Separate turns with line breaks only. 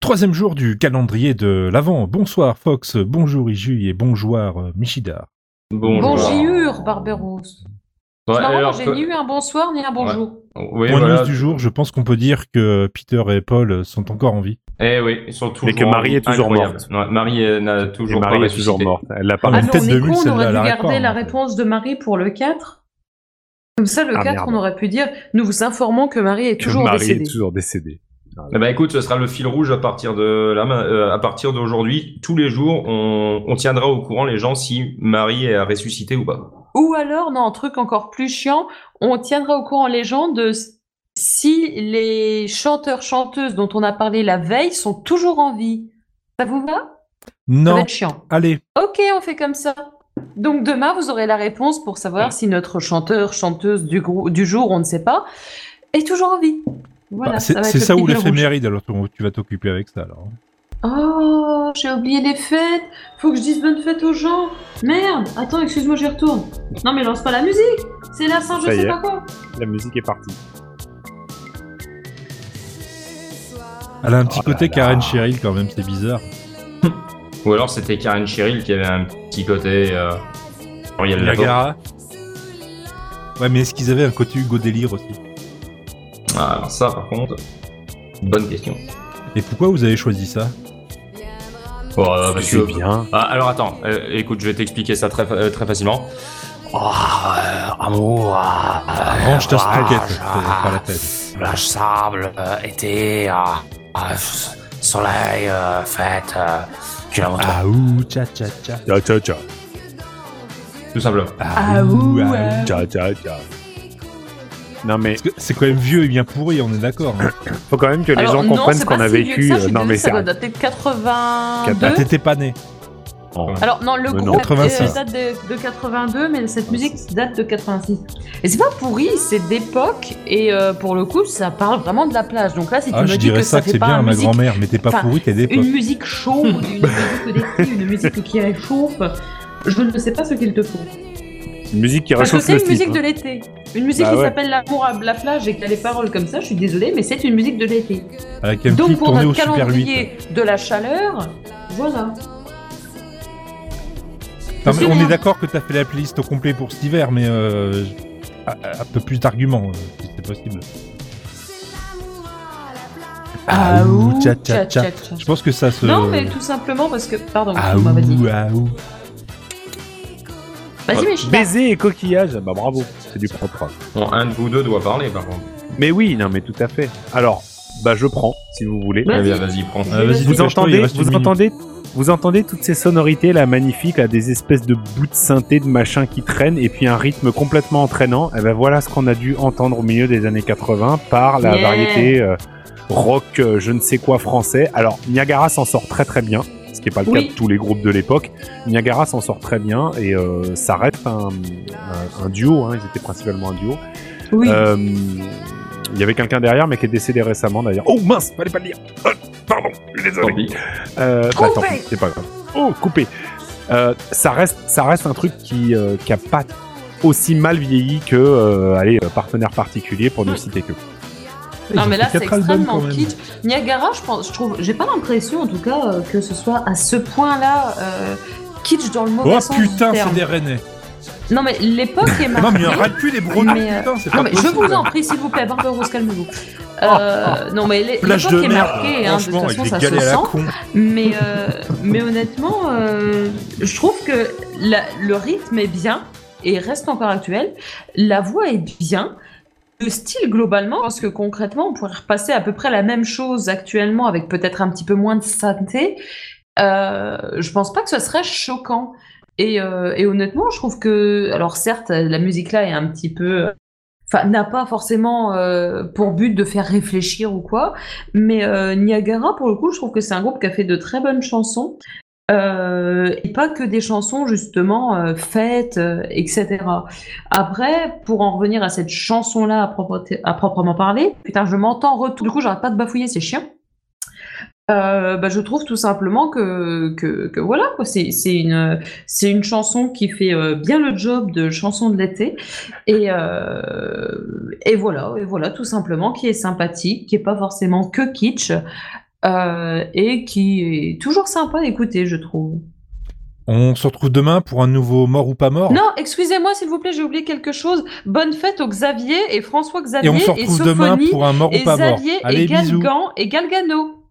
Troisième jour du calendrier de l'Avent. Bonsoir Fox, bonjour Iju et bonjour euh, Michidar.
Bonjour.
Bonjour, Barberos.
Ouais,
C'est marrant,
alors
j'ai
que-
ni eu un bonsoir ni un bonjour.
Ah,
Oui,
Point
voilà.
news du jour, je pense qu'on peut dire que Peter et Paul sont encore en vie.
Eh oui, ils sont toujours
que Marie est toujours
incroyables.
morte.
Ouais, Marie euh, n'a
Et
toujours pas
Marie est
ressuscité.
toujours morte. Elle l'a pas
Ah,
Ah
mais
mais
tête
on
de
est
mule,
con, on
celle-là,
aurait dû
elle arrête pas,
garder la
hein.
réponse de Marie pour le 4. Comme ça, le
Ah,
4,
merde.
on aurait pu dire Nous vous informons que Marie est
Que
toujours
Marie
décédée.
est toujours décédée.
Eh ben, écoute, ce sera le fil rouge à partir de là, ma- euh, à partir d'aujourd'hui. Tous les jours, on, on tiendra au courant les gens si Marie est ressuscitée ou pas.
Ou alors, non, un truc encore plus chiant, on tiendra au courant les gens de s- si les chanteurs-chanteuses dont on a parlé la veille sont toujours en vie. Ça vous va Ça va
Non,
être chiant.
allez,
Ok, on fait comme ça. Donc demain, vous aurez la réponse pour savoir si notre chanteur, chanteuse du, grou- du jour, on ne sait pas, est toujours en vie. Voilà,
Bah, c'est
va être
c'est
le
ça
petit
ou
fil rouge.
l'éphéméride, alors tu tu vas t'occuper avec ça. Alors. hein.
Oh, j'ai oublié les fêtes. Faut que je dise bonne fête aux gens. Merde, attends, excuse-moi, j'y retourne. Non, mais lance pas la musique. C'est la Saint, je
Ça y
sais
est.
pas quoi.
La musique est partie.
Elle a un petit
Oh là
côté
là.
Karen Cheryl quand même, c'est bizarre.
Ou alors c'était Karen Cheryl qui avait un petit côté. Euh... Ariel Laporte.
Niagara. Ouais, mais est-ce qu'ils avaient un côté Hugo délire aussi
Ah, alors ça, par contre, bonne question.
Et pourquoi vous avez choisi ça
Oh, euh, parce que-
bien.
Ah, alors attends, euh, écoute, je vais t'expliquer ça très, fa- euh, très facilement.
amour, euh,
Range ta stockette c'est par la tête.
plage sable, euh, été, ah, ah, s- soleil, euh, fête, euh, kilomètre.
Ah ouh, tcha tcha tcha.
Tcha tcha tcha.
Tout simplement.
Ah ouh,
ah
ah
ouh.
Tcha tcha tcha. Non mais
Parce que C'est quand même vieux et bien pourri, on est d'accord. hein.
faut quand même que les
Alors,
gens
non,
comprennent
c'est
ce qu'on
pas
a
si vieux que
vécu. Euh,
ça, je suis
non
désolée,
mais
ça
c'est
doit dater de 82.
Ah, t'étais pas né.
Alors non, le
Mais
groupe
non.
euh,
86.
date de, de 82, mais cette musique date de 86. Et c'est pas pourri, c'est d'époque et euh, pour le coup, ça parle vraiment de la plage. Donc là, si tu
Ah,
me
je
dis que
dirais ça
ça
que
fait
c'est
pas
bien,
une
ma
musique,
grand-mère, mais t'es pas
enfin,
pourri, t'es d'époque.
une musique chaude, une musique d'été, une musique qui réchauffe, je ne sais pas ce qu'il te faut.
une musique qui
Parce que
réchauffe
c'est
le
une musique
slip.
de
hein.
l'été, une musique
Bah
qui
ouais.
s'appelle l'amour à la plage et qui a les paroles comme ça. Je suis désolée, mais c'est une musique de l'été.
Avec un petit
Donc pour
tourné au
notre
Super 8.
calendrier de la chaleur, voilà.
Non, mais on
Super.
est d'accord que t'as fait la playlist au complet pour cet hiver, mais euh, un un peu plus d'arguments, euh, si c'est possible. Ah ouh, tcha tcha tcha.
tcha.
Je pense que ça se.
Non, mais tout simplement parce que. Pardon,
Ah
excuse-moi,
ouh,
vas-y.
ah ouh.
Vas-y, mais je
Baiser et coquillage. Bah bravo, c'est du propre.
Bon, un de vous deux doit parler, par contre.
Mais oui, non mais tout à fait. Alors, bah je prends si vous voulez.
Vas-y.
Eh bien, vas-y, prends.
Ah, vas-y,
Vous
dépêche-toi, il
entendez,
reste une
vous
minute.
entendez, vous entendez toutes ces sonorités là magnifiques, là, des espèces de bouts de synthé, de machins qui traînent, et puis un rythme complètement entraînant. Et ben voilà ce qu'on a dû entendre au milieu des années 80 par la
Yeah.
variété euh, rock, euh, je ne sais quoi français. Alors Niagara s'en sort très très bien, ce qui n'est pas le
Oui.
cas de tous les groupes de l'époque. Niagara s'en sort très bien et euh, ça reste un, un- un duo. Hein, ils étaient principalement un duo.
Oui.
Euh, il y avait quelqu'un derrière, mais qui est décédé récemment d'ailleurs. Oh mince, fallait pas le dire. Ah, pardon, je suis désolé.
Tant pis.
Euh, bah, tant
Coupé.
pis, c'est pas grave. Oh, coupé. Euh, ça reste, ça reste un truc qui, euh, qui a pas aussi mal vieilli que, euh, allez, euh, partenaire particulier pour ne citer que.
non,
Ils ont
mais
fait
là, c'est
quatre albums,
extrêmement
quand même.
kitsch. Niagara, je pense, je trouve, j'ai pas l'impression, en tout cas, euh, que ce soit à ce point-là euh, kitsch dans le mauvais
Oh
sens
putain,
du
c'est
terme.
des rennais.
Non, mais l'époque est marquée.
Non, mais un ras le cul des brebis,
Mais, euh,
putain, c'est pas
Non, mais je
possible.
vous en prie, s'il vous plaît, Barberousse, calmez-vous.
Oh,
Euh, non, mais l'é-
Plage
l'époque
de
est
merde,
marquée, hein, de toute
franchement, avec
façon, ça
des
se
galets à la
sent.
con.
Mais, euh, mais honnêtement, euh, je trouve que la- le rythme est bien et reste encore actuel. La voix est bien. Le style, globalement, parce que concrètement, on pourrait repasser à peu près la même chose actuellement avec peut-être un petit peu moins de synthé. Euh, je pense pas que ce serait choquant. Et, euh, et honnêtement, je trouve que, alors certes, la musique là est un petit peu. euh, Enfin, n'a pas forcément euh, pour but de faire réfléchir ou quoi, mais euh, Niagara, pour le coup, je trouve que c'est un groupe qui a fait de très bonnes chansons. Euh, et pas que des chansons justement euh, faites, euh, etc. Après, pour en revenir à cette chanson-là à, propreté- à proprement parler, putain, je m'entends retour. Du coup, j'arrête pas de bafouiller, c'est chiant. Euh, bah, je trouve tout simplement que, que, que voilà, quoi, c'est c'est une, c'est une chanson qui fait euh, bien le job de chanson de l'été. Et, euh, et voilà, et voilà, tout simplement, qui est sympathique, qui est pas forcément que kitsch. euh, et qui est toujours sympa à écouter, je trouve.
On se retrouve demain pour un nouveau mort ou pas mort.
Non, excusez-moi s'il vous plaît, j'ai oublié quelque chose. Bonne fête aux Xavier et François Xavier
et on se
et
retrouve demain
Sophonie
pour un mort
et
ou pas mort.
Xavier
Allez,
et
bisous.
Galgan et Galgano.